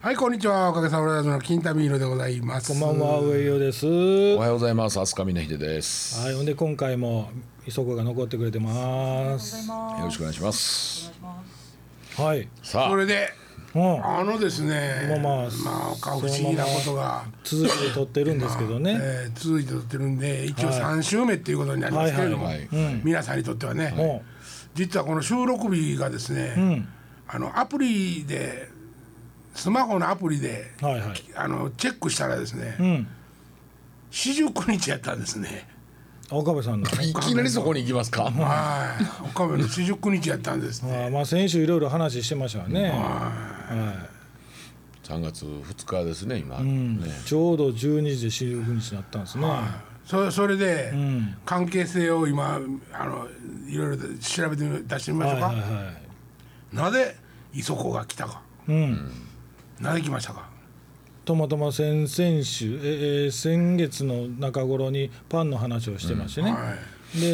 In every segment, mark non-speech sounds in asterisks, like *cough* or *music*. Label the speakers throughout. Speaker 1: はいこんにちはおかげさまでの金旅色でございます
Speaker 2: こんばんは上井です。
Speaker 3: お
Speaker 2: は
Speaker 3: はようございます。飛鳥峰秀です。
Speaker 2: い、ほんで今回も磯子が残ってくれてます。
Speaker 3: よろしくお願いします。
Speaker 2: はい。
Speaker 3: さ
Speaker 1: そ
Speaker 3: あ、
Speaker 1: れで
Speaker 2: うん。
Speaker 1: あのですね
Speaker 2: まあま
Speaker 1: まあ
Speaker 2: あ
Speaker 1: 不思議なことが、
Speaker 2: 続きで撮ってるんですけどね。
Speaker 1: えー続いて撮ってるんで一応
Speaker 2: はい
Speaker 1: 3週目っていうことになりますけれども、
Speaker 3: はいはい
Speaker 2: うん。
Speaker 1: 皆さんにとってはね、
Speaker 2: も
Speaker 1: 実はこの収録日がですね、
Speaker 2: う。うん。
Speaker 1: あのアプリでスマホのアプリで
Speaker 2: はいはい。
Speaker 1: あのチェックしたらですね
Speaker 2: うん。
Speaker 1: 四十九日やったんですね。
Speaker 2: 岡部さんの、ね。
Speaker 3: いきなりそこに行きます
Speaker 2: *laughs*
Speaker 3: か。
Speaker 1: はい、岡部の四十九日やったんですね。
Speaker 2: あーまあ先週いろいろ話してましたね。は
Speaker 3: 3月2日ですね、今。
Speaker 2: い。うん
Speaker 3: ね。
Speaker 2: ちょうど12時で収録日になったんですね。
Speaker 1: それそれで
Speaker 2: うん。
Speaker 1: 関係性を今あのいろいろ調べてみ出してみま
Speaker 2: は
Speaker 1: しょ
Speaker 2: いうはい
Speaker 1: か。
Speaker 2: は
Speaker 1: なぜ磯子が来たか、
Speaker 2: い。うん。
Speaker 1: なぜ来ましたか。
Speaker 2: たまたま先々週ええー先月の中頃にパンの話をしてましてね。
Speaker 1: はい
Speaker 3: オリ
Speaker 2: で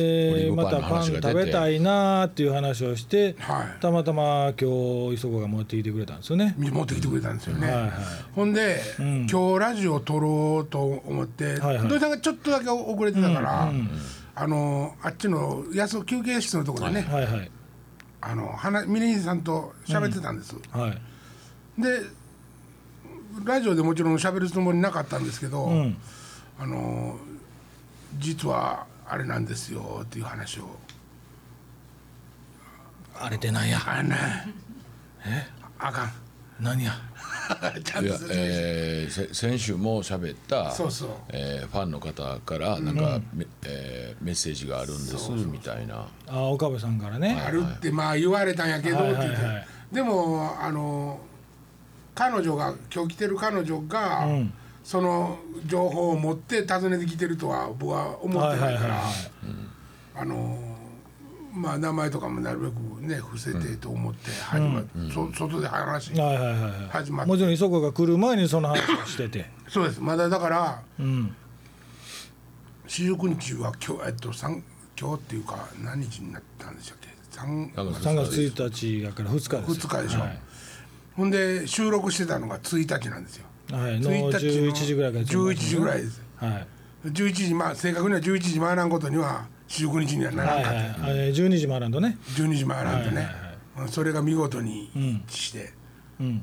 Speaker 3: ーブ
Speaker 2: ま
Speaker 3: パ
Speaker 2: た
Speaker 3: ンの
Speaker 2: パン
Speaker 3: 話が出
Speaker 2: 食
Speaker 3: て
Speaker 2: べたいなーっていう話をして、
Speaker 1: はい
Speaker 2: たまたま今日磯子が持ってきてくれたんですよね。
Speaker 1: 持ってきてくれたんですよね。
Speaker 2: はいはい
Speaker 1: ほんで、
Speaker 2: ん
Speaker 1: 今日ラジオを撮ろうと思って、
Speaker 2: はいはい
Speaker 1: 土井さんがちょっとだけ遅れてたから、あのあっちの安休憩室のところでね、
Speaker 2: はいはい
Speaker 1: あの話峰岸さんと喋ってたんです。
Speaker 2: はい。
Speaker 1: でラジオでもちろん喋るつもりなかったんですけど、
Speaker 2: うん。
Speaker 1: あの実はあれなんですよっていう話を
Speaker 2: あれでなんや。
Speaker 1: あれねあ
Speaker 2: *laughs*
Speaker 1: かん
Speaker 2: 何や。
Speaker 1: ちゃん
Speaker 3: い
Speaker 1: と説明
Speaker 3: や
Speaker 1: して
Speaker 3: えーせ先週も喋った
Speaker 1: そうそう
Speaker 3: えーファンの方からなんか、めえーメッセージがあるんですみたいな
Speaker 2: あ岡部さんからね。
Speaker 1: あるってまあ言われたんやけどっ
Speaker 2: は
Speaker 1: て
Speaker 2: い
Speaker 1: 言
Speaker 2: は
Speaker 1: っ
Speaker 2: い
Speaker 1: て
Speaker 2: はい
Speaker 1: でもあの彼女が今日来てる彼女が、
Speaker 2: ん
Speaker 1: その情報を持って訪ねてきてるとは僕は思っ
Speaker 2: は
Speaker 1: て
Speaker 2: いは
Speaker 1: ないい
Speaker 2: はい
Speaker 1: から
Speaker 2: は
Speaker 1: あのまあ名前とかもなるべくね伏せてと思って始まっ、そ外で話、
Speaker 2: い。はいはいはいは
Speaker 1: 始まっ
Speaker 2: い。もちろん磯子が来る前にその話をしてて。
Speaker 1: そうですまだだから
Speaker 2: うん。
Speaker 1: 四十九日は今日えっと三今日っていうか何日になったんでしたっけ三
Speaker 3: なんか
Speaker 2: 3月1日やから2日です
Speaker 1: 二
Speaker 2: よ。
Speaker 1: 日でしょ
Speaker 2: はい
Speaker 1: ほんで収録してたのが1日なんですよ。
Speaker 2: はい。の
Speaker 1: 1日の
Speaker 2: 11時ぐらいから。
Speaker 1: 11時ぐらいです。
Speaker 2: はい。
Speaker 1: 11時まあ正確には11時回らんことには19日にはなら
Speaker 2: は
Speaker 1: ん
Speaker 2: い
Speaker 1: か
Speaker 2: は
Speaker 1: っ
Speaker 2: い
Speaker 1: た、。
Speaker 2: あれ12時回らんとね。
Speaker 1: 12時回らんとね、
Speaker 2: はいはい
Speaker 1: うんそれが見事に一致して、
Speaker 2: うん。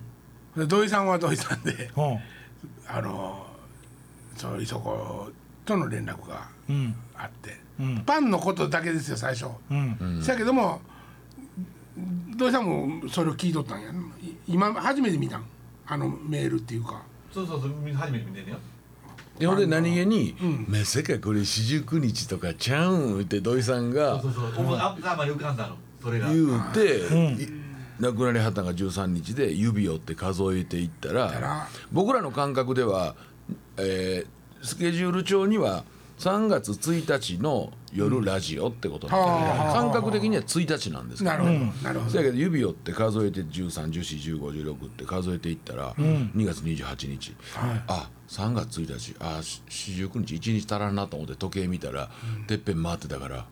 Speaker 1: で土井さんは土井さんで
Speaker 2: ほ
Speaker 1: あのその磯子との連絡が
Speaker 2: う。うん。
Speaker 1: あって、
Speaker 2: うん。
Speaker 1: パンのことだけですよ最初。
Speaker 2: うん。
Speaker 1: そやけども土井さんもそれを聞いとったんやい今初めて見たんあのメールっていうか
Speaker 4: そうそうそう、初めて見てるよ。
Speaker 3: でほんで何気に「まさかこれ四十九日とかちゃうん」って土井さんが
Speaker 4: そうそうそう、おあ、あまり浮かんだの、それが。
Speaker 3: 言うて、い亡くなりはったんが13日で指をって数えていったら
Speaker 1: ら
Speaker 3: 僕らの感覚では、えースケジュール帳には3月1日の夜ラジオってことなんだけど
Speaker 1: はあ
Speaker 3: 感覚的には1日なんですけ
Speaker 1: な
Speaker 3: ど
Speaker 1: るほど、なるほ
Speaker 3: そ
Speaker 1: ど
Speaker 3: やけど指をって数えて13141516って数えていったら、2月28日、あ3月1日あ四十九日1日足らんなと思って時計見たら、てっぺん回ってたから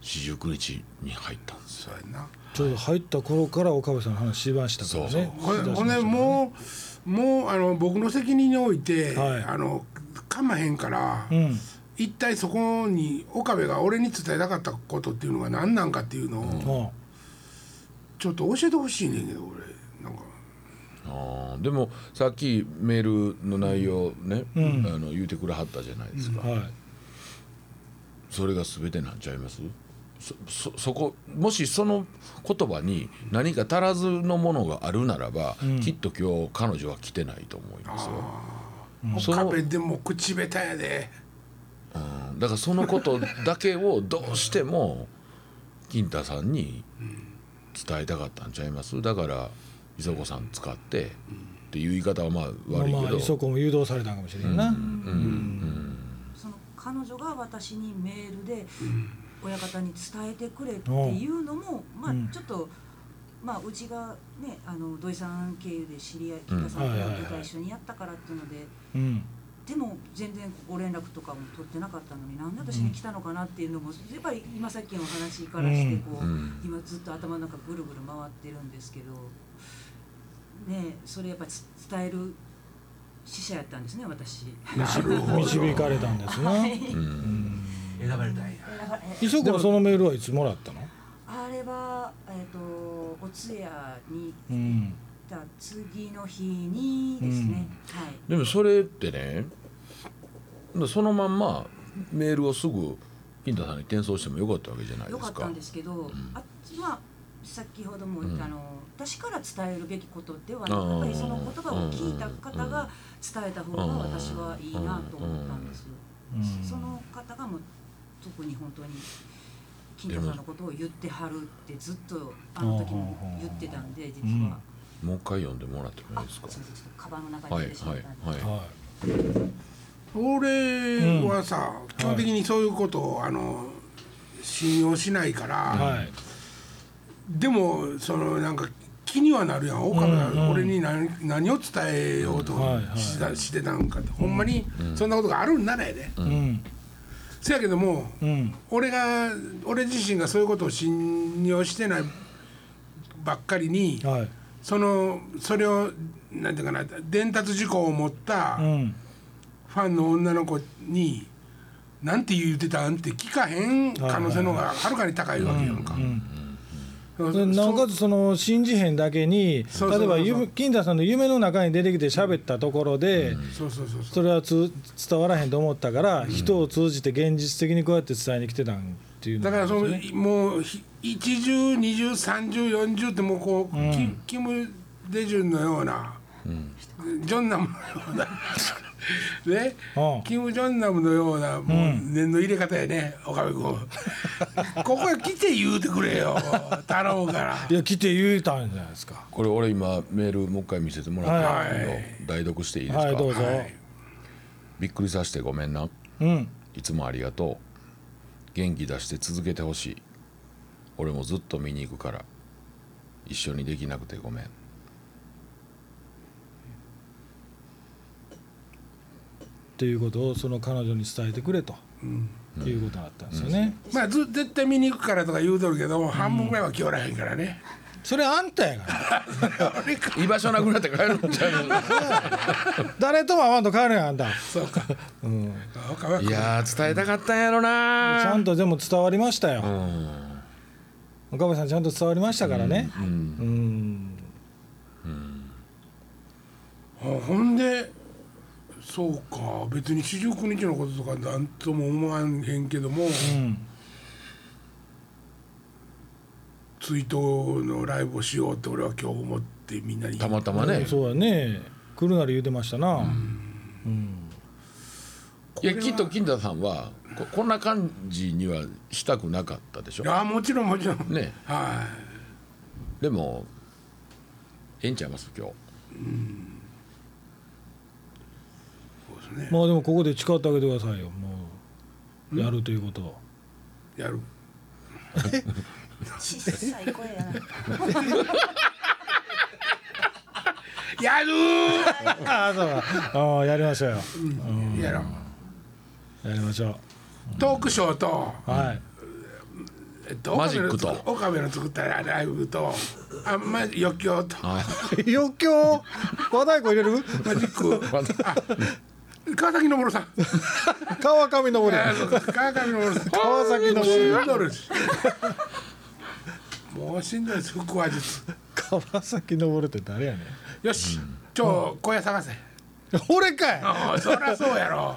Speaker 3: 四十九日に入ったんです
Speaker 1: そうやな
Speaker 2: ちょうど入った頃から岡部さんの話しましたからね。
Speaker 1: これこれもうもうあの僕の責任において、
Speaker 2: はい
Speaker 1: あのかまへんから、
Speaker 2: うん。
Speaker 1: 一体そこに岡部が俺に伝えたかったことっていうのが何なんかっていうのを、
Speaker 2: も
Speaker 1: ちょっと教えてほしいねんけど俺なんか
Speaker 3: あーでもさっきメールの内容ね、
Speaker 2: うん
Speaker 3: あの言うてくれはったじゃないです
Speaker 2: う
Speaker 3: か、
Speaker 2: は
Speaker 3: それが全てなんちゃいますそそそこもしその言葉に何か足らずのものがあるならば、
Speaker 2: うん
Speaker 3: きっと今日彼女は来てないと思いますよ、そ
Speaker 1: 岡
Speaker 3: の
Speaker 1: 部でも口下手やで
Speaker 3: うん、だからそのことだけをどうしても金太さんに伝えたかったんちゃいますだから磯子さん使ってっていう言い方はまあ
Speaker 2: い。まあ
Speaker 3: 悪い
Speaker 2: まあ
Speaker 3: け
Speaker 2: 磯
Speaker 3: ど、
Speaker 2: 子も誘導されたんかもしれんな。
Speaker 5: その彼女が私にメールで親方に伝えてくれっていうのも、ま
Speaker 2: うん
Speaker 5: あちょっと、まあうちがねあの土井さん経由で知り合い
Speaker 3: うん
Speaker 5: 北さんと
Speaker 2: はいはい
Speaker 5: 舞
Speaker 2: はい
Speaker 5: 台一緒にやったからっていうので、
Speaker 2: うん。
Speaker 5: でも全然ご連絡とかも取ってなかったのになんで私に来たのかなっていうのもやっぱり今さっきのお話からしてこ
Speaker 3: う
Speaker 5: う、
Speaker 3: ん
Speaker 5: 今ずっと頭の中ぐるぐる回ってるんですけどねそれやっぱつ伝える死者やったんですね私
Speaker 1: なるほど
Speaker 2: 導かれたんです
Speaker 5: は
Speaker 2: ね。
Speaker 5: い
Speaker 4: 選ばれたんや
Speaker 5: 選ばれ
Speaker 2: 磯子はそのメールはいつもらったの？
Speaker 5: あれはえっ、とお通夜に
Speaker 2: う
Speaker 5: 行っ
Speaker 2: ん。
Speaker 5: た次の日にですね、はい
Speaker 3: でもそれってねそのまんまメールをすぐ金田さんに転送してもよかったわけじゃないで
Speaker 5: 良
Speaker 3: すか
Speaker 5: かったんですけど、あまあ先ほども言った、
Speaker 3: うん
Speaker 5: あの私から伝えるべきことでは
Speaker 3: あー
Speaker 5: やっぱりその言葉を聞いた方
Speaker 3: うん
Speaker 5: が伝えた方が私はいいなと思ったんですよ。
Speaker 2: うん
Speaker 5: その方がもう特に本当に金田さんのことを言ってはるってずっとあの時も言ってたんで実
Speaker 2: うん
Speaker 5: は、
Speaker 3: もう一回読んでもらってもい
Speaker 5: あ
Speaker 3: いですす
Speaker 5: い
Speaker 3: か
Speaker 5: ませんちょっとカバンの中に
Speaker 3: は
Speaker 5: 入
Speaker 3: い
Speaker 5: れてしま
Speaker 3: は
Speaker 5: っ
Speaker 3: い
Speaker 5: たんで、
Speaker 3: はい
Speaker 2: は
Speaker 1: 俺はさ、基本的にそういうことをあの信用しないから、
Speaker 2: いはい。
Speaker 1: でもそのなんか気にはなるやん岡部
Speaker 2: うんうん
Speaker 1: が俺に何,、何を伝えようと
Speaker 2: はいはい
Speaker 1: し,、してたんかってほんまにそんなことがあるんならやで、
Speaker 2: うん
Speaker 1: せやけども
Speaker 2: うん
Speaker 1: 俺が俺自身がそういうことを信用してないばっかりに
Speaker 2: はい
Speaker 1: そのそれをなんていうかな伝達事項を持った
Speaker 2: うん
Speaker 1: ファンの女の子に「なんて言うてたん?」って聞かへん可能性の方がはるかに高いわけやんか。そう
Speaker 2: でなおかつその信じへんだけに
Speaker 1: そうそうそうそう
Speaker 2: 例えばゆ金田さんの夢の中に出てきて喋ったところで、
Speaker 1: そうそうそうそう
Speaker 2: それはつ伝わらへんと思ったから、人を通じて現実的にこうやって伝えに来てたんっていうの
Speaker 1: だからその
Speaker 2: ありますね
Speaker 1: もうひ一重二重三重四重ってもうこう、キキム・デジュンのような、ジョンナムのような *laughs* ね
Speaker 2: うん
Speaker 1: キム・ジョンナムのようなもう念の入れ方やね岡部君 *laughs* ここへ来て言うてくれよ頼むから
Speaker 2: いや来て言えたんじゃないですか
Speaker 3: これ俺今メールもう一回見せてもらったんですけど、
Speaker 1: はい
Speaker 3: 代読していいですか、
Speaker 2: はいどうぞ、
Speaker 1: はい
Speaker 3: びっくりさせてごめんな
Speaker 2: うん
Speaker 3: いつもありがとう元気出して続けてほしい俺もずっと見に行くから一緒にできなくてごめん
Speaker 2: っていうことをその彼女に伝えてくれと、いうことだったんですよね、
Speaker 1: まあず絶対見に行くからとか言うとるけど半分ぐらいは来おらへんからね、
Speaker 2: それあんたやから
Speaker 3: 居場所なくなって帰るんちゃう
Speaker 2: 誰とも会わんと帰るやんあんた
Speaker 1: そうか、岡部
Speaker 3: *laughs* い
Speaker 1: 君
Speaker 3: やー伝えたかったんやろな
Speaker 2: ちゃんとでも伝わりましたよ、
Speaker 3: うん
Speaker 2: 岡部さんちゃんと伝わりましたからねうん、
Speaker 1: あほんでそうか別に四十九日のこととかなんとも思わんへんけども、
Speaker 2: うん
Speaker 1: 追悼のライブをしようって俺は今日思ってみんなに
Speaker 3: たまたまね
Speaker 2: そうやね来るなら言うてましたな、
Speaker 3: いやきっと金田さんはここんな感じにはしたくなかったでしょ
Speaker 1: あもちろんもちろん
Speaker 3: ね
Speaker 1: は
Speaker 3: でもええんちゃいます今日
Speaker 1: いそうですね
Speaker 2: まあでもここで誓ってあげてくださいよもうやるということを
Speaker 1: やる
Speaker 5: 小さい声やな
Speaker 1: やるー
Speaker 2: ああそうかああやりましょうよ
Speaker 1: やろう
Speaker 2: やりましょ
Speaker 1: トークショーと、
Speaker 2: うはい
Speaker 1: えっと、
Speaker 3: マジックと
Speaker 1: 岡部の作岡部の作ったライブとあま余興と
Speaker 2: 余興和太鼓入れる
Speaker 1: マジック
Speaker 2: *laughs*
Speaker 1: あ川崎昇さん
Speaker 2: 川上登
Speaker 1: あ
Speaker 2: る
Speaker 1: そう川上昇さん
Speaker 2: 川崎
Speaker 1: もう
Speaker 2: 登
Speaker 1: し
Speaker 2: る
Speaker 1: んどるしもうしんどるし腹話術
Speaker 2: 川崎登るって誰やね
Speaker 1: よし今日小屋探せ
Speaker 2: ん俺かい
Speaker 1: ああそりゃそうやろ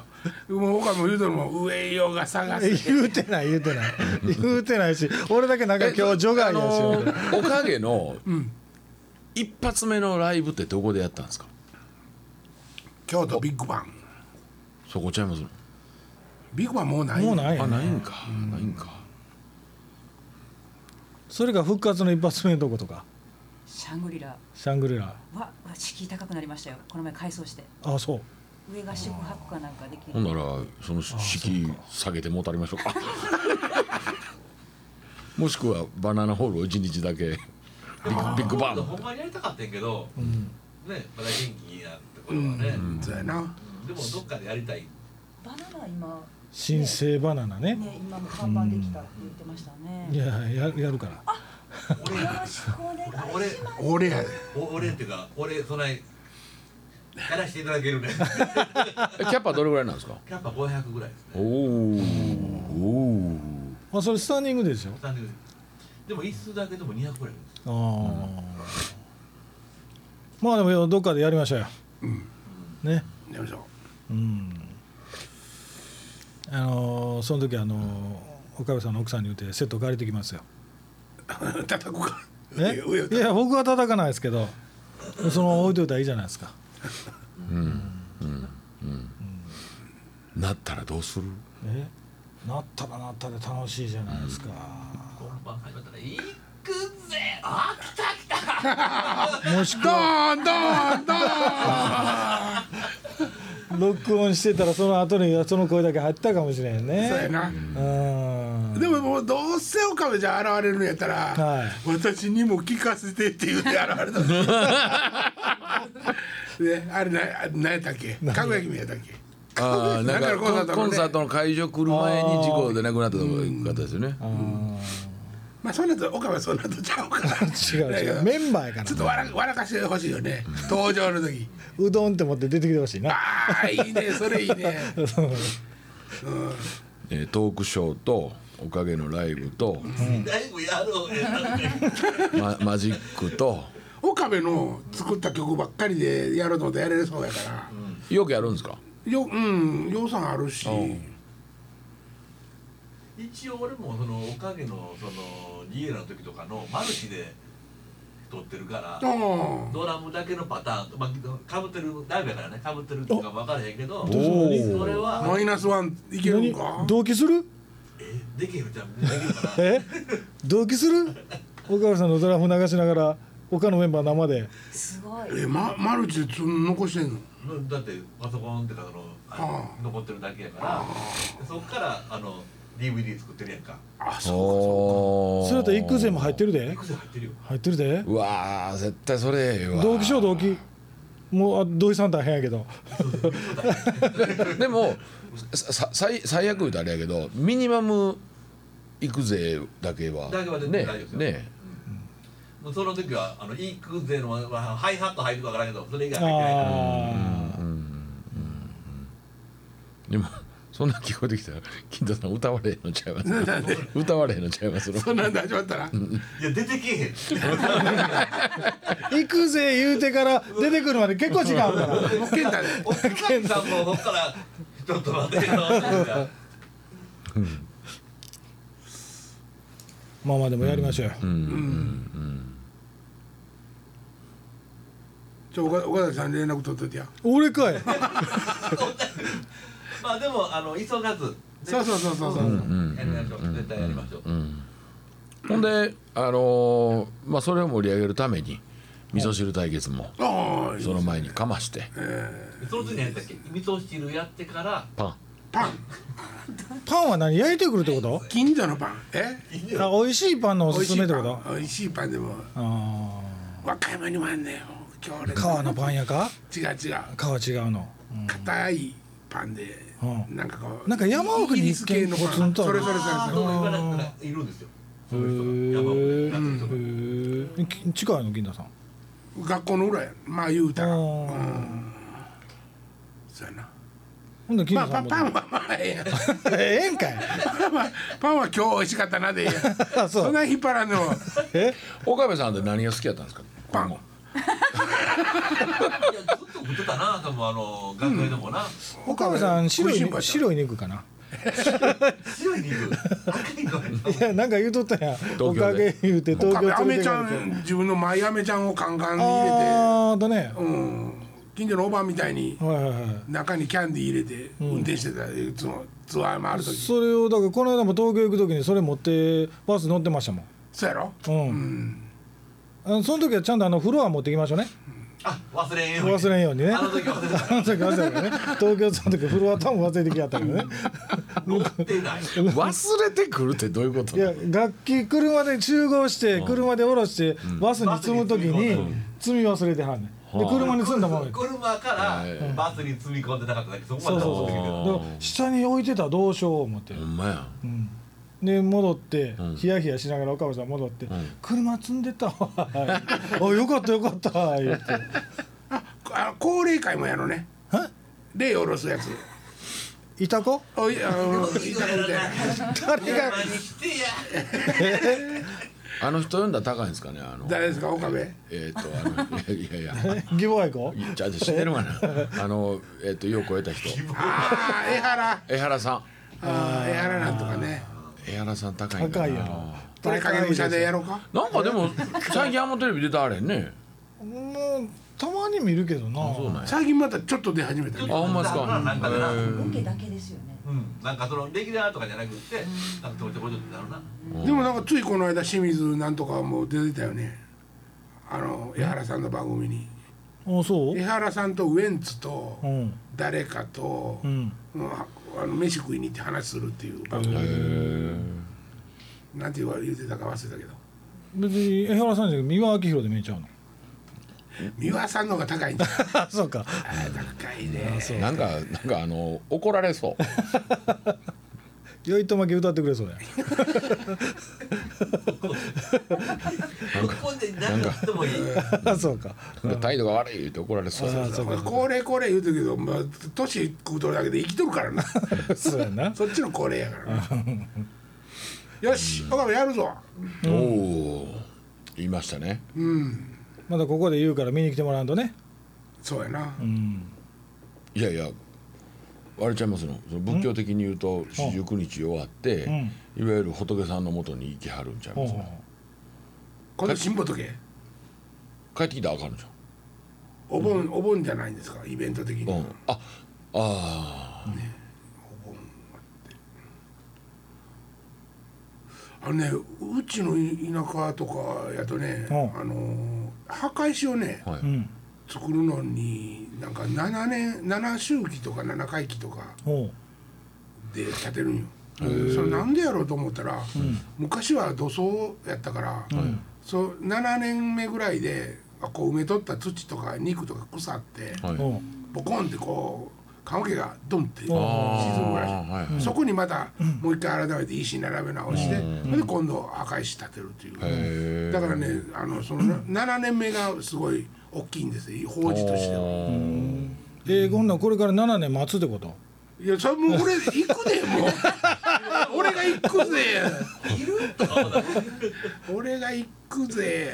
Speaker 1: もう岡部も言うとるもん上よが探せ
Speaker 2: 言うてない言うてない言うてないし俺だけなんか今日除外やし、
Speaker 3: あ
Speaker 2: *laughs*
Speaker 3: のーおかげの一発目のライブってどこでやったんですか
Speaker 1: 京都ビッグバン
Speaker 3: そこちゃいます
Speaker 1: ビッグバンもうない
Speaker 2: もうない
Speaker 3: あ
Speaker 2: よ、
Speaker 3: な
Speaker 2: ね、
Speaker 3: いんかないんか
Speaker 2: それが復活の一発目のとことか
Speaker 5: シャングリラ
Speaker 2: シャングリラ
Speaker 5: は敷居高くなりましたよこの前改装して
Speaker 2: ああそう
Speaker 5: 上が宿泊かなんかでき
Speaker 3: ほ
Speaker 5: る
Speaker 3: んならその敷居下げてもうたりまし
Speaker 2: *laughs*
Speaker 3: ょうかもしくはバナナホールを一日だけ
Speaker 2: *laughs*
Speaker 3: ビッグビッグバ
Speaker 4: ほん
Speaker 3: ン
Speaker 4: まにやりたかったんやけど、ねまだ元気なところはね、
Speaker 1: そうやな
Speaker 4: でもどっかでやりたい
Speaker 5: バナナ今
Speaker 2: 新生バナナね
Speaker 5: ね今も看板できたって言ってましたね
Speaker 2: いやややるから
Speaker 4: 俺
Speaker 5: よろしくお願いします。
Speaker 4: 俺
Speaker 1: 俺やで
Speaker 4: お俺っていうか俺そないやらしていただ
Speaker 3: *laughs*
Speaker 4: けるね
Speaker 3: えキャパどれぐらいなんですか
Speaker 4: キャパ500ぐらいですね
Speaker 3: おおお
Speaker 2: あそれスタンディングでしょ
Speaker 4: スタンディングでも椅子だけでも200ぐらいあるんですよ
Speaker 2: ああまあでもどっかでやりましょうよ、ね
Speaker 1: やりましょう *laughs*
Speaker 2: うんあのーその時あのー岡部さんの奥さんに言ってセット借りてきますよ
Speaker 1: 叩くか
Speaker 2: え
Speaker 1: 上を
Speaker 2: いや僕は叩かないですけどその置いといたらいいじゃないですか
Speaker 3: ーなったらどうする
Speaker 2: えなったらなったで楽しいじゃないですか、
Speaker 4: 本番始まったら「行くぜあ来た来た!」
Speaker 2: もしく
Speaker 1: ドー
Speaker 2: は
Speaker 1: ンドーンドーン
Speaker 2: 録音してたらその後にその声だけ入ったかもしれん
Speaker 1: そうや
Speaker 2: ね
Speaker 1: な
Speaker 2: うん
Speaker 1: でももうどうせ岡部じゃん現れるんやったら、
Speaker 2: はい
Speaker 1: 私にも聞かせてって言うて現れたねあれな何やったっけかぐや姫やったっけ
Speaker 3: ああなんか
Speaker 1: なんかコンサートのね
Speaker 3: コンサートの会場来る前に事故で亡くなった方ですよね
Speaker 1: まあそんなと岡部はそんなとちゃうから
Speaker 2: 違う違うメンバーやか
Speaker 1: ちょっ
Speaker 2: ら
Speaker 1: と笑笑かしてほしいよね登場の時
Speaker 2: うどんって持って出てきてほしいな
Speaker 1: ああいいねそれいいね
Speaker 3: えートークショーとおかげのライブと、
Speaker 4: ライブやろうやったって
Speaker 3: まマジックと
Speaker 1: 岡部の作った曲ばっかりでやるのでやれそうやから、
Speaker 3: よくやるんですか
Speaker 1: ようん予算あるし、
Speaker 4: 一応俺もそのおかげのそのニエラの時とかのマルチで撮ってるから
Speaker 1: うん
Speaker 4: ドラムだけのパターンと、まあ、かぶってるライブやからねかぶってるとか分からへんけどそ
Speaker 3: お
Speaker 4: れは
Speaker 1: マイナスワンいけるんか
Speaker 2: 何同期する
Speaker 4: えできへんじゃんできるかな
Speaker 2: え同期する岡部さんのドラム流しながら他のメンバー生です
Speaker 5: ごい。
Speaker 1: えまマルチでつ残してんの
Speaker 4: だってパソコンってかそのあの残ってるだけやからそっからあの DVD 作ってるやんか
Speaker 1: あそう
Speaker 3: お
Speaker 2: それだと一空戦も入ってるで
Speaker 4: いくつ入ってるよ
Speaker 2: 入ってるで
Speaker 3: うわー絶対それええわ
Speaker 2: 同期しよう同期もうあ同期さん大変やけど
Speaker 3: でもささ最最悪言うとあれやけどミニマム行くぜだけは
Speaker 4: だけは全
Speaker 3: ね
Speaker 4: 然大丈夫ですよ
Speaker 3: ね
Speaker 4: もうその時はあのいくぜのはハイハット入るか分からんけどそれ以外入ってないか
Speaker 2: あ
Speaker 4: ら
Speaker 2: あ
Speaker 3: でもそんなん聞こえてきたら金太さん歌われへんのちゃいます歌われへんのちゃいます
Speaker 1: そうそんなんで始まったら、
Speaker 4: いや出てけえへん
Speaker 2: 行くぜ言うてから出てくるまで結構時間あるから
Speaker 1: もう健太で
Speaker 4: お客さんもこっからちょっと待ってよ
Speaker 2: まあまあでもやりましょうよ、
Speaker 1: ちょ岡岡崎さんに連絡取っといてや
Speaker 2: 俺かい
Speaker 4: まあでもあの急がず
Speaker 1: そうそうそうそうそう
Speaker 4: やりましょう絶対やりましょう
Speaker 3: ほんであのーまあそれを盛り上げるために味噌汁対決も
Speaker 1: ああ
Speaker 3: その前にかまして
Speaker 4: その時にやったっけ味噌汁やってから
Speaker 3: パン
Speaker 1: パン
Speaker 2: パンは何焼いてくるってこと
Speaker 1: 近所のパンえ
Speaker 2: あ美味しいパンのお
Speaker 1: 美
Speaker 2: す
Speaker 1: 味
Speaker 2: す
Speaker 1: しい
Speaker 2: めって
Speaker 1: パ
Speaker 2: こと
Speaker 1: ン美味しいパンでも
Speaker 2: あ
Speaker 1: 和歌山にもあんねんよ強烈
Speaker 2: あ皮のパン屋か
Speaker 1: 違う違う
Speaker 2: 皮違うの、うん
Speaker 1: 硬いパンで、
Speaker 2: うん
Speaker 1: なんかこう
Speaker 2: なんか山奥に一軒
Speaker 1: イギリス系のパン
Speaker 2: ポツンとあ
Speaker 1: それ
Speaker 2: る
Speaker 1: それそれ
Speaker 4: ああ
Speaker 1: そ
Speaker 4: どう
Speaker 1: れ
Speaker 4: も言わなくているんですよそういう人が
Speaker 2: へ
Speaker 4: 山奥に
Speaker 2: えき近いの銀田さん
Speaker 1: 学校の裏やまあ言うたら
Speaker 2: あ
Speaker 1: う
Speaker 2: ー
Speaker 1: んそうやな
Speaker 2: ほんで銀
Speaker 1: まあ
Speaker 2: 田さ
Speaker 1: パ
Speaker 2: んも
Speaker 1: パンはまあええやん
Speaker 2: ええんかい
Speaker 1: パンはパンは今日美味しかったなでええやん
Speaker 2: あ
Speaker 1: そ
Speaker 2: そ
Speaker 1: ん
Speaker 2: う
Speaker 1: な引っ張らんでも
Speaker 2: え
Speaker 3: 岡部さんって何が好きやったんですか
Speaker 1: パン
Speaker 4: いやずっと食ってたな多分あの学会でもな
Speaker 2: 岡部さん白
Speaker 1: 美味しい
Speaker 2: い
Speaker 1: パン
Speaker 2: 白い肉かな
Speaker 4: 白い肉赤いのやった
Speaker 2: いやなんか言うとったやんお
Speaker 3: 京で
Speaker 2: かげ言うて東京
Speaker 1: 岡部ア
Speaker 2: 連れ
Speaker 1: メ
Speaker 2: て
Speaker 1: ち
Speaker 2: か
Speaker 1: ゃ
Speaker 2: れて
Speaker 1: ん自分のマイアメちゃんをカンカンに入
Speaker 2: ああだね
Speaker 1: れて、うん、近所のおばみたいに
Speaker 2: はいはいは
Speaker 1: 中にキャンディー入れて運転してたいつもツアー回る
Speaker 2: い
Speaker 1: 時
Speaker 2: それをだからこの間も東京行く時にそれ持ってバス乗ってましたもん
Speaker 1: そうやろ
Speaker 2: うん、あのその時はちゃんとあのフロア持ってきましょうね
Speaker 4: あ忘れんように
Speaker 2: 忘れんようにね
Speaker 4: あの時忘れ
Speaker 2: あの時忘れたね東京その時フロア多分忘れてきやったけどね
Speaker 4: ててない
Speaker 3: 忘れてくるってどういうこと
Speaker 2: いや楽器車で集合して車で降ろしてバスに積む時に積み忘れてはんねんで車に積んだままや
Speaker 4: 車からバスに積み込んでなかっただけそこま
Speaker 2: そう
Speaker 4: で
Speaker 2: そう
Speaker 4: 持ってきて
Speaker 2: そうだから下に置いてたらどうしよう思って
Speaker 3: ほんまや、
Speaker 2: で戻って、
Speaker 3: うん
Speaker 2: ヒヤヒヤしながら岡部さん戻って「
Speaker 3: ん
Speaker 2: 車積んでたわ」 *laughs* あよかったよかった」言って
Speaker 1: ああ高齢会もやろね例おろすやつ
Speaker 2: 「いた子
Speaker 1: おいあのいただみたいな
Speaker 2: 誰が
Speaker 4: に来てや
Speaker 3: あの人読んだら高いんですかねあの
Speaker 1: 誰ですか岡部
Speaker 3: えっ、とあのいやいやいや
Speaker 2: 義母愛子?」
Speaker 3: じゃあ知ってるわなあのえっ、とよう超えた人
Speaker 1: ああ江原
Speaker 3: 江原さん
Speaker 1: あー江原なんとかね
Speaker 3: 江原さん高いんかな
Speaker 2: 高いやろ
Speaker 1: これ影武者でやろうか
Speaker 3: なんかでも最近あんまテレビ出たあれへんね
Speaker 2: もうたまに見るけどな
Speaker 3: そうなんや
Speaker 1: 最近またちょっと出始めた
Speaker 3: あ
Speaker 1: ね
Speaker 3: ほんまですか
Speaker 4: なんか
Speaker 3: へ
Speaker 4: な
Speaker 3: ー
Speaker 5: ロケだけですよね。
Speaker 4: うんなんかそのレギュラーとかじゃなくてなんかちょこちょこちょこってなるな
Speaker 1: でもなんかついこの間清水なんとかも出てたよねあの江原さんの番組に
Speaker 2: あそう
Speaker 1: 江原さんとウエンツと
Speaker 2: うん
Speaker 1: 誰かと、
Speaker 2: うん
Speaker 1: うんああの飯食いに行って話するっていう番組、なんて言われ言ってたか忘れたけど
Speaker 2: 別に江原さんじゃなくて三輪明宏で見えちゃうの
Speaker 1: 三輪さんの方が高いん
Speaker 2: *laughs*
Speaker 1: だ
Speaker 2: あそうか
Speaker 1: あー高いね
Speaker 3: なんかなんかあの怒られそう
Speaker 2: 酔いとまき歌ってくれそうや
Speaker 4: ここで何かしてもいい
Speaker 2: あそうか
Speaker 3: なんか態度が悪いって怒られそう
Speaker 2: あそうか
Speaker 1: 高齢高齢言うてるけど、まあ、年食うとるだけで生きとるから
Speaker 2: *laughs*
Speaker 1: な
Speaker 2: そうやな
Speaker 1: そっちの高齢やからなよし岡部やるぞ
Speaker 3: おおー言いましたね
Speaker 1: うん
Speaker 2: まだここで言うから見に来てもらうとね
Speaker 1: そうやな、
Speaker 2: うん
Speaker 3: いやいやあれちゃいますのその仏教的に言うと四十九日終わって、
Speaker 2: ん
Speaker 3: いわゆる仏さんのもとに行きはるんちゃい
Speaker 2: ほ
Speaker 3: ま
Speaker 2: う
Speaker 3: す
Speaker 2: ほう
Speaker 3: の、
Speaker 2: ほ
Speaker 1: 今度新仏
Speaker 3: 帰ってきたらあかんのじゃん、
Speaker 1: お盆、お盆じゃないんですかイベント的には、
Speaker 3: うん、ああー
Speaker 1: あのねうちの田舎とかやとね、
Speaker 2: うん、
Speaker 1: あの墓石をね、
Speaker 3: はいう
Speaker 2: ん
Speaker 1: 作るのになんか7年7周期とか7回期とか
Speaker 2: ほ
Speaker 1: で建てるんよ。それなんでやろうと思ったら、昔は土葬やったから、そう7年目ぐらいであこう埋めとった土とか肉とか腐って
Speaker 3: は
Speaker 2: う
Speaker 3: い、
Speaker 2: ほう
Speaker 1: ボコンってこう棺桶がドンって沈むぐらい。
Speaker 3: ああはい、
Speaker 1: そこにまたもう一回改めて石並べ直して、それで今度赤石建てるとい
Speaker 3: へ
Speaker 1: う
Speaker 3: ー
Speaker 1: だからねあのその7年目がすごい大きいんですよ法事として
Speaker 3: あ
Speaker 1: は。
Speaker 3: ー
Speaker 2: えー、こんなんこれから7年待つってこと
Speaker 1: いやそれもう俺行くでもう *laughs* 俺が行くぜ俺が行くぜ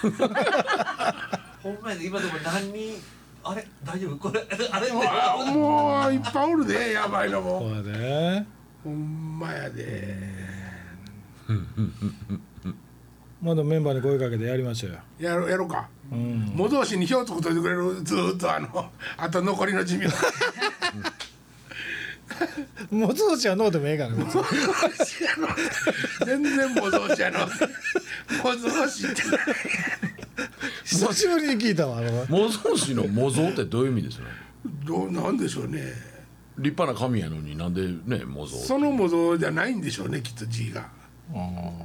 Speaker 4: ほんまやで今でも何人あれ大丈夫これあれ
Speaker 1: うわもういっぱいおるでやばいのも
Speaker 2: これで
Speaker 1: ほんまやで
Speaker 2: まだメンバーに声かけてやりましょうよ
Speaker 1: やろやろうか
Speaker 2: うん
Speaker 1: 戻しに票つくといてくれるずーっとあのあと残りの寿命
Speaker 2: もつおちはノーでもええからね
Speaker 1: もぞうしやの全然もぞうしやのもぞうしって
Speaker 2: 久しぶりに聞いたわあの
Speaker 3: 模造師の模造ってどういう意味ですか
Speaker 1: どうなんでしょうね
Speaker 3: 立派な神やのになんでね模造
Speaker 1: その模造じゃないんでしょうねきっと G が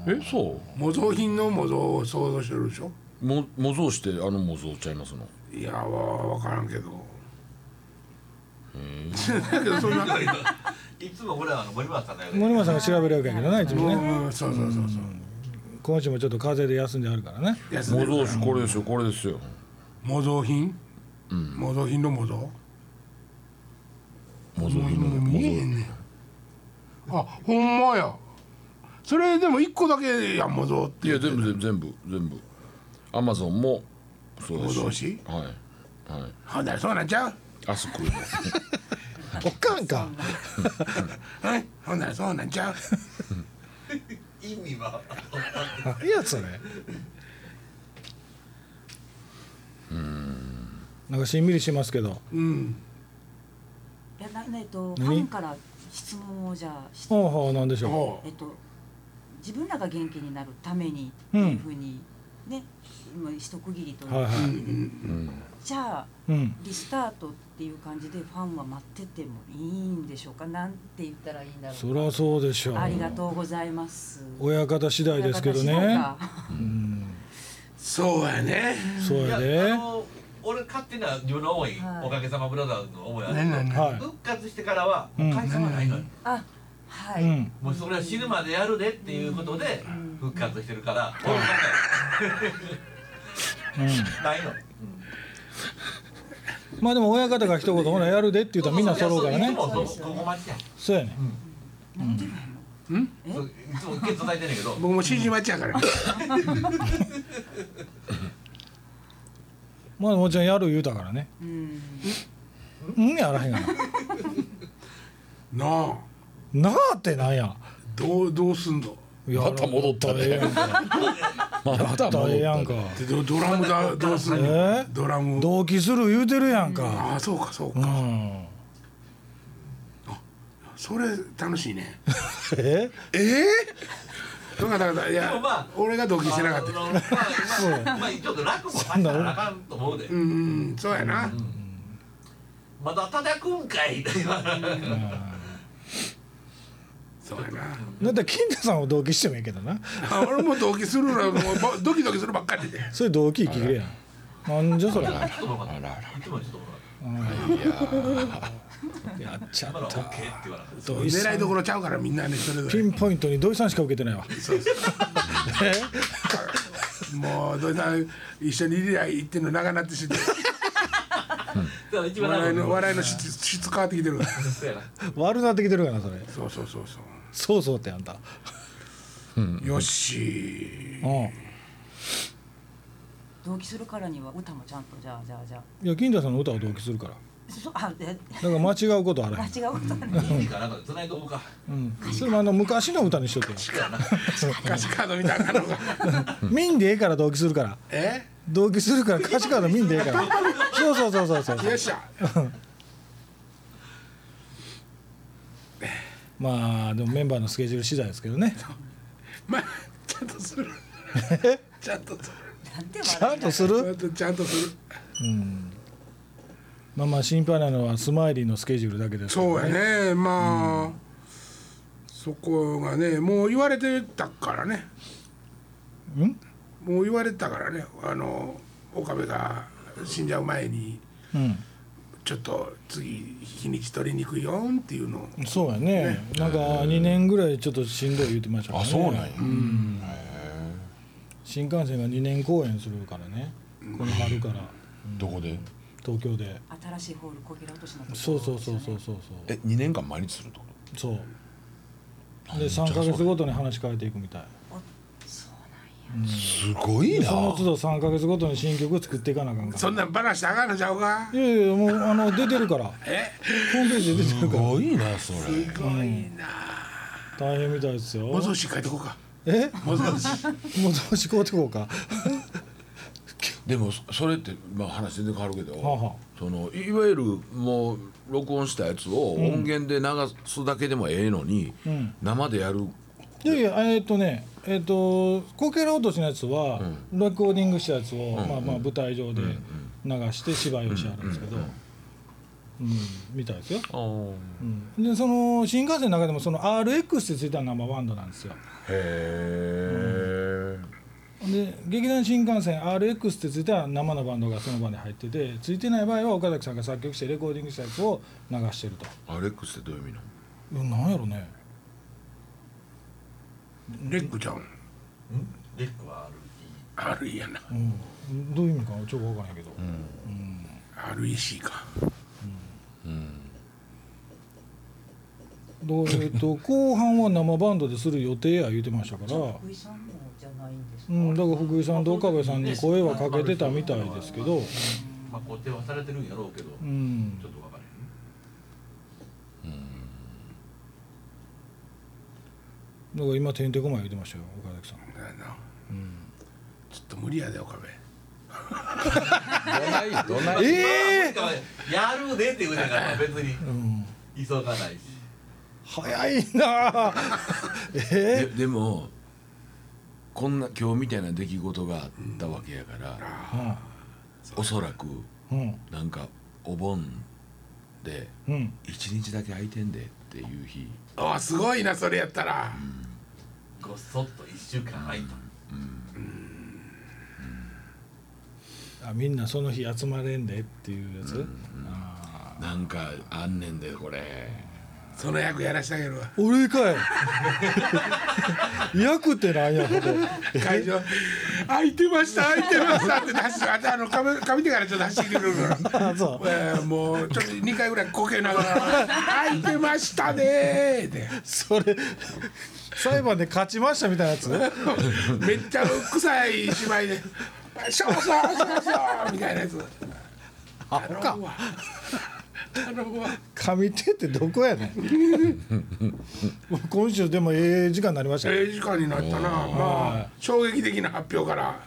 Speaker 3: えそ
Speaker 1: 模造品の模造を想像してるでしょ
Speaker 3: うも模造してあの模造ちゃいますの
Speaker 1: いやわ分からんけど。だけどそんな。
Speaker 4: いつも俺はあの森村さんだよね
Speaker 2: 森村さんが調べるわけやけどないつもね
Speaker 1: うんそうそうそうそう。
Speaker 2: 今週もちょっと風邪で休んであるからね
Speaker 1: 安
Speaker 3: 模
Speaker 1: 値
Speaker 3: 造師これですよこれですよ
Speaker 1: 模造品？模造品の模造？
Speaker 3: 模造品の
Speaker 1: もう
Speaker 3: 模
Speaker 1: 見えへ
Speaker 3: 造
Speaker 1: んねん。あほんまや。それでも一個だけやん模造って。
Speaker 3: いや全部全部全部全部アマゾンもそうです
Speaker 1: 模造師
Speaker 3: はいはい
Speaker 1: ほんならそうなんちゃう？
Speaker 3: あそこ
Speaker 2: おかんか
Speaker 1: はい。ほんならそうなんちゃう？
Speaker 4: 意味は
Speaker 2: 何やそれなんかしんみりしますけど
Speaker 1: うん。
Speaker 5: いやなえっとフ
Speaker 2: 何
Speaker 5: ァンから質問をじゃあして、
Speaker 2: ほうほうなんでしょ
Speaker 1: ほ
Speaker 5: えっと自分らが元気になるためにっていうふうにね、まあ一区切りというう、
Speaker 2: はいは
Speaker 1: う。う
Speaker 2: い
Speaker 1: ん
Speaker 5: じゃあ
Speaker 2: うん
Speaker 5: リスタートっていう感じでファンは待っててもいいんでしょうかなんて言ったらいいんだろ
Speaker 2: そりゃそうでしょ
Speaker 5: う
Speaker 2: う
Speaker 5: ありがとうございます
Speaker 2: 親方次第ですけどね
Speaker 5: 親方次
Speaker 1: そうやね。
Speaker 2: そう
Speaker 4: いや
Speaker 2: や
Speaker 4: あ
Speaker 2: で
Speaker 4: の俺勝手な自分の思い
Speaker 5: はい
Speaker 4: おかげさまブラザーズの思いある
Speaker 1: ねんねんね
Speaker 2: は
Speaker 4: 復活してからはもう解散はないのよ
Speaker 5: 第かあはい、
Speaker 2: うん
Speaker 4: もうそれは死ぬまでやるでっていうことで復活してるから、俺も *laughs* ないの。
Speaker 2: まあでも親方が一言ほらやるでって言うたらみんな揃うから
Speaker 4: いつ
Speaker 2: ね
Speaker 4: もそう、ここ待ちや。
Speaker 2: そうやね
Speaker 4: そういつも受け叩いてんねん
Speaker 1: *laughs*
Speaker 4: けど、
Speaker 1: 僕も指示待ちやから
Speaker 2: まあもちろんやる言うたからね
Speaker 5: うん
Speaker 2: うんやらへんが
Speaker 1: なあ
Speaker 2: ななあってなんや
Speaker 1: どうどうすんの
Speaker 2: や
Speaker 3: また戻ったね
Speaker 2: らんか
Speaker 3: *laughs* また
Speaker 2: ったらええやんか
Speaker 1: でどドラムだどうすんの、
Speaker 2: え
Speaker 1: ドラム
Speaker 2: 同期する言うてるやんか
Speaker 1: ああそうかそう
Speaker 2: う
Speaker 1: か、
Speaker 2: ん
Speaker 1: それ楽しいね
Speaker 2: え
Speaker 1: ええだからだからい
Speaker 4: で
Speaker 1: や、
Speaker 4: もまあ
Speaker 1: 俺が同期してなかった
Speaker 4: あのまあまあまあちょっと楽もさせたらあかんと思うで
Speaker 1: う。んそうやな、
Speaker 4: まだ叩くんかい。
Speaker 1: そうやな
Speaker 2: だって金太さんを同期してもいいけどな
Speaker 1: あ俺も同期するのもうぼドキドキするばっかりで
Speaker 2: それ同期生きれやんなんじゃそれや
Speaker 4: ちょっともらった。
Speaker 3: あ
Speaker 4: い
Speaker 3: らあら
Speaker 4: つもちょっともらっ
Speaker 3: いやー
Speaker 2: っちゃ
Speaker 4: た。今
Speaker 2: っ
Speaker 4: のは
Speaker 2: た
Speaker 4: OK って言わなかった。
Speaker 2: 土井さ
Speaker 1: 狙い
Speaker 2: ん
Speaker 1: どころちゃうからみんなねそれぞ
Speaker 2: ピ
Speaker 1: れ
Speaker 2: ンポイントに土井さんしか受けてないわ
Speaker 1: もう土井さん一緒にリレー行ってんの長なってして
Speaker 4: だから一番
Speaker 1: 笑いの
Speaker 4: 楽。
Speaker 1: 笑いの質質変わってきてるから
Speaker 4: そうやな。
Speaker 2: 悪なってきてるからなそれ
Speaker 1: そうそうそうそう
Speaker 2: そうそうってあんた
Speaker 1: よし
Speaker 2: うん
Speaker 5: 同期するからには歌もちゃんとじゃあじゃあじゃあ
Speaker 2: いや金太さんの歌は同期するから
Speaker 5: そあえ
Speaker 2: だから間違うことはあら
Speaker 5: 間
Speaker 2: へん
Speaker 5: 違うことね
Speaker 4: いいかなんか繋いとこうか。
Speaker 2: うん、それもあの昔の歌にしとってよ
Speaker 1: 歌詞カードみたいなのが
Speaker 2: 見んでええから同期するから
Speaker 1: え
Speaker 2: 同期するから歌詞カード見んでええからそうそうそうそうそう
Speaker 1: よっしゃ
Speaker 2: まあでもメンバーのスケジュール次第ですけどね
Speaker 1: まあちゃんとするちゃんとす
Speaker 5: なんて
Speaker 2: ちゃ
Speaker 5: 笑
Speaker 2: ん
Speaker 5: い
Speaker 2: とす
Speaker 1: るちゃ
Speaker 2: る
Speaker 1: んとちゃんとする
Speaker 2: まあまあ心配なのはスマイリーのスケジュールだけですけ
Speaker 1: そ
Speaker 2: ど
Speaker 1: うやねまあ、そこがねもう言われてたからね
Speaker 2: ん
Speaker 1: もう言われてたからねあの岡部が死んじゃう前にちょっと次日にち取りにくいよんっていうのを
Speaker 2: うんそうやねなんか2年ぐらいちょっとしんどい言ってましたから
Speaker 3: あ
Speaker 2: ね
Speaker 3: そうなんや
Speaker 2: 新幹線が2年公演するからねこの春から
Speaker 3: どこで
Speaker 2: 東京で
Speaker 5: 新しいホールこぎら落としのとこ
Speaker 2: そうそうそうそうそう
Speaker 3: え二年間毎日するってこ
Speaker 2: そうそうで3か月ごとに話変えていくみたい
Speaker 3: とすごい
Speaker 2: で
Speaker 3: な
Speaker 2: その都度3か月ごとに新曲作っていかなあかんから
Speaker 1: そんなん話あかんのちゃうか
Speaker 2: いやいやもうあの出てる *laughs* からホ
Speaker 1: え
Speaker 2: ームページで出て
Speaker 3: す
Speaker 2: るから
Speaker 3: ごいなそれ
Speaker 1: すごいな
Speaker 2: 大変みたいですよ
Speaker 1: 模造紙書いとこうか
Speaker 2: え
Speaker 1: 模造紙
Speaker 2: *laughs* もうどうしこうてこうか
Speaker 3: でもそそれってまあ話全然変わるけど、
Speaker 2: はあはあ
Speaker 3: そのいわゆるもう録音したやつを音源で流すだけでもええのに、
Speaker 2: ん
Speaker 3: 生でやる
Speaker 2: いやいやえっ、とねえっ、とこけら落としのやつは、レコーディングしたやつを、まあまあ舞台上で流して芝居をしはるんですけど、うんみたいですよ、うん、でその新幹線の中でもその RX ってついた生バンドなんですよ
Speaker 3: へえ、
Speaker 2: で劇団新幹線 RX ってついた生のバンドがその場に入っててついてない場合は岡崎さんが作曲してレコーディングしたやつを流してると
Speaker 3: アレックスってどういう意味な
Speaker 2: う
Speaker 3: の
Speaker 2: んなんやろね
Speaker 1: レックちゃん
Speaker 4: レックはある。
Speaker 1: あるいやな
Speaker 2: うんどういう意味かちょっと分からへんけど、
Speaker 1: REC か
Speaker 2: どうえっと後半は生バンドでする予定や言うてましたか
Speaker 5: じゃあ
Speaker 2: ら、
Speaker 5: 福井さんもじゃないんですか、
Speaker 2: うん、だから福井さんと岡部さんに声はかけてたみたいですけど、
Speaker 4: まあ固定はされてるんやろうけど、
Speaker 2: う
Speaker 4: ち
Speaker 2: ん
Speaker 4: ょっ、とわからへん。
Speaker 2: だから今てんてこまい言うてましたよ岡崎さん。
Speaker 1: だよなちょっと無理やで岡部
Speaker 3: どないどな
Speaker 4: ええやるでって言うてから別に急がないし
Speaker 2: 早いなあえ
Speaker 3: ででもこんな今日みたいな出来事があったわけやから、
Speaker 2: は
Speaker 3: おそらく
Speaker 2: いうん
Speaker 3: なんかお盆で
Speaker 2: うん
Speaker 3: 一日だけ空いてんでっていう日
Speaker 1: ああすごいなそれやったら、
Speaker 4: ごっそっと1週間空いた
Speaker 2: あみんなその日集まれんでっていうやつ、あ
Speaker 3: なんかあんねんでこれ
Speaker 1: その役やらしてあげるわ
Speaker 2: 俺かい *laughs* 役ってなんやこれ
Speaker 1: 会場 *laughs* 「空いてました空いてました」って出してあとあの髪髪手からちょっと走ってくるから。
Speaker 2: あ *laughs* そう
Speaker 1: えーもうちょっと2回ぐらいこけなが
Speaker 2: *laughs*
Speaker 1: ら「空いてましたね」って
Speaker 2: それ裁判で勝ちましたみたいなやつ
Speaker 1: めっちゃ臭い芝居で「少々少々」みたいなやつ頼むわ頼むわ
Speaker 2: 上手ってどこやねんもう今週でもええ時間になりましたね
Speaker 1: ええ時間になったなまあ衝撃的な発表から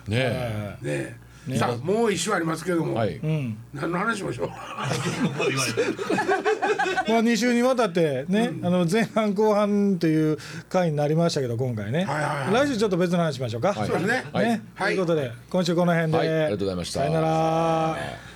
Speaker 2: は
Speaker 3: ね
Speaker 1: ねさあもう一週ありますけども、
Speaker 3: えはい、
Speaker 2: いうん
Speaker 1: 何の話しま *laughs* しょう
Speaker 4: こと言われて
Speaker 2: まあ、2週にわたってね、あの前半後半という回になりましたけど今回ね、
Speaker 1: はいはいは
Speaker 2: 来週ちょっと別の話しましょうか、
Speaker 3: はい
Speaker 1: そうですね
Speaker 2: ね
Speaker 3: はい
Speaker 1: はい
Speaker 2: ということで今週この辺で、
Speaker 3: はいありがとうございました
Speaker 2: さよなら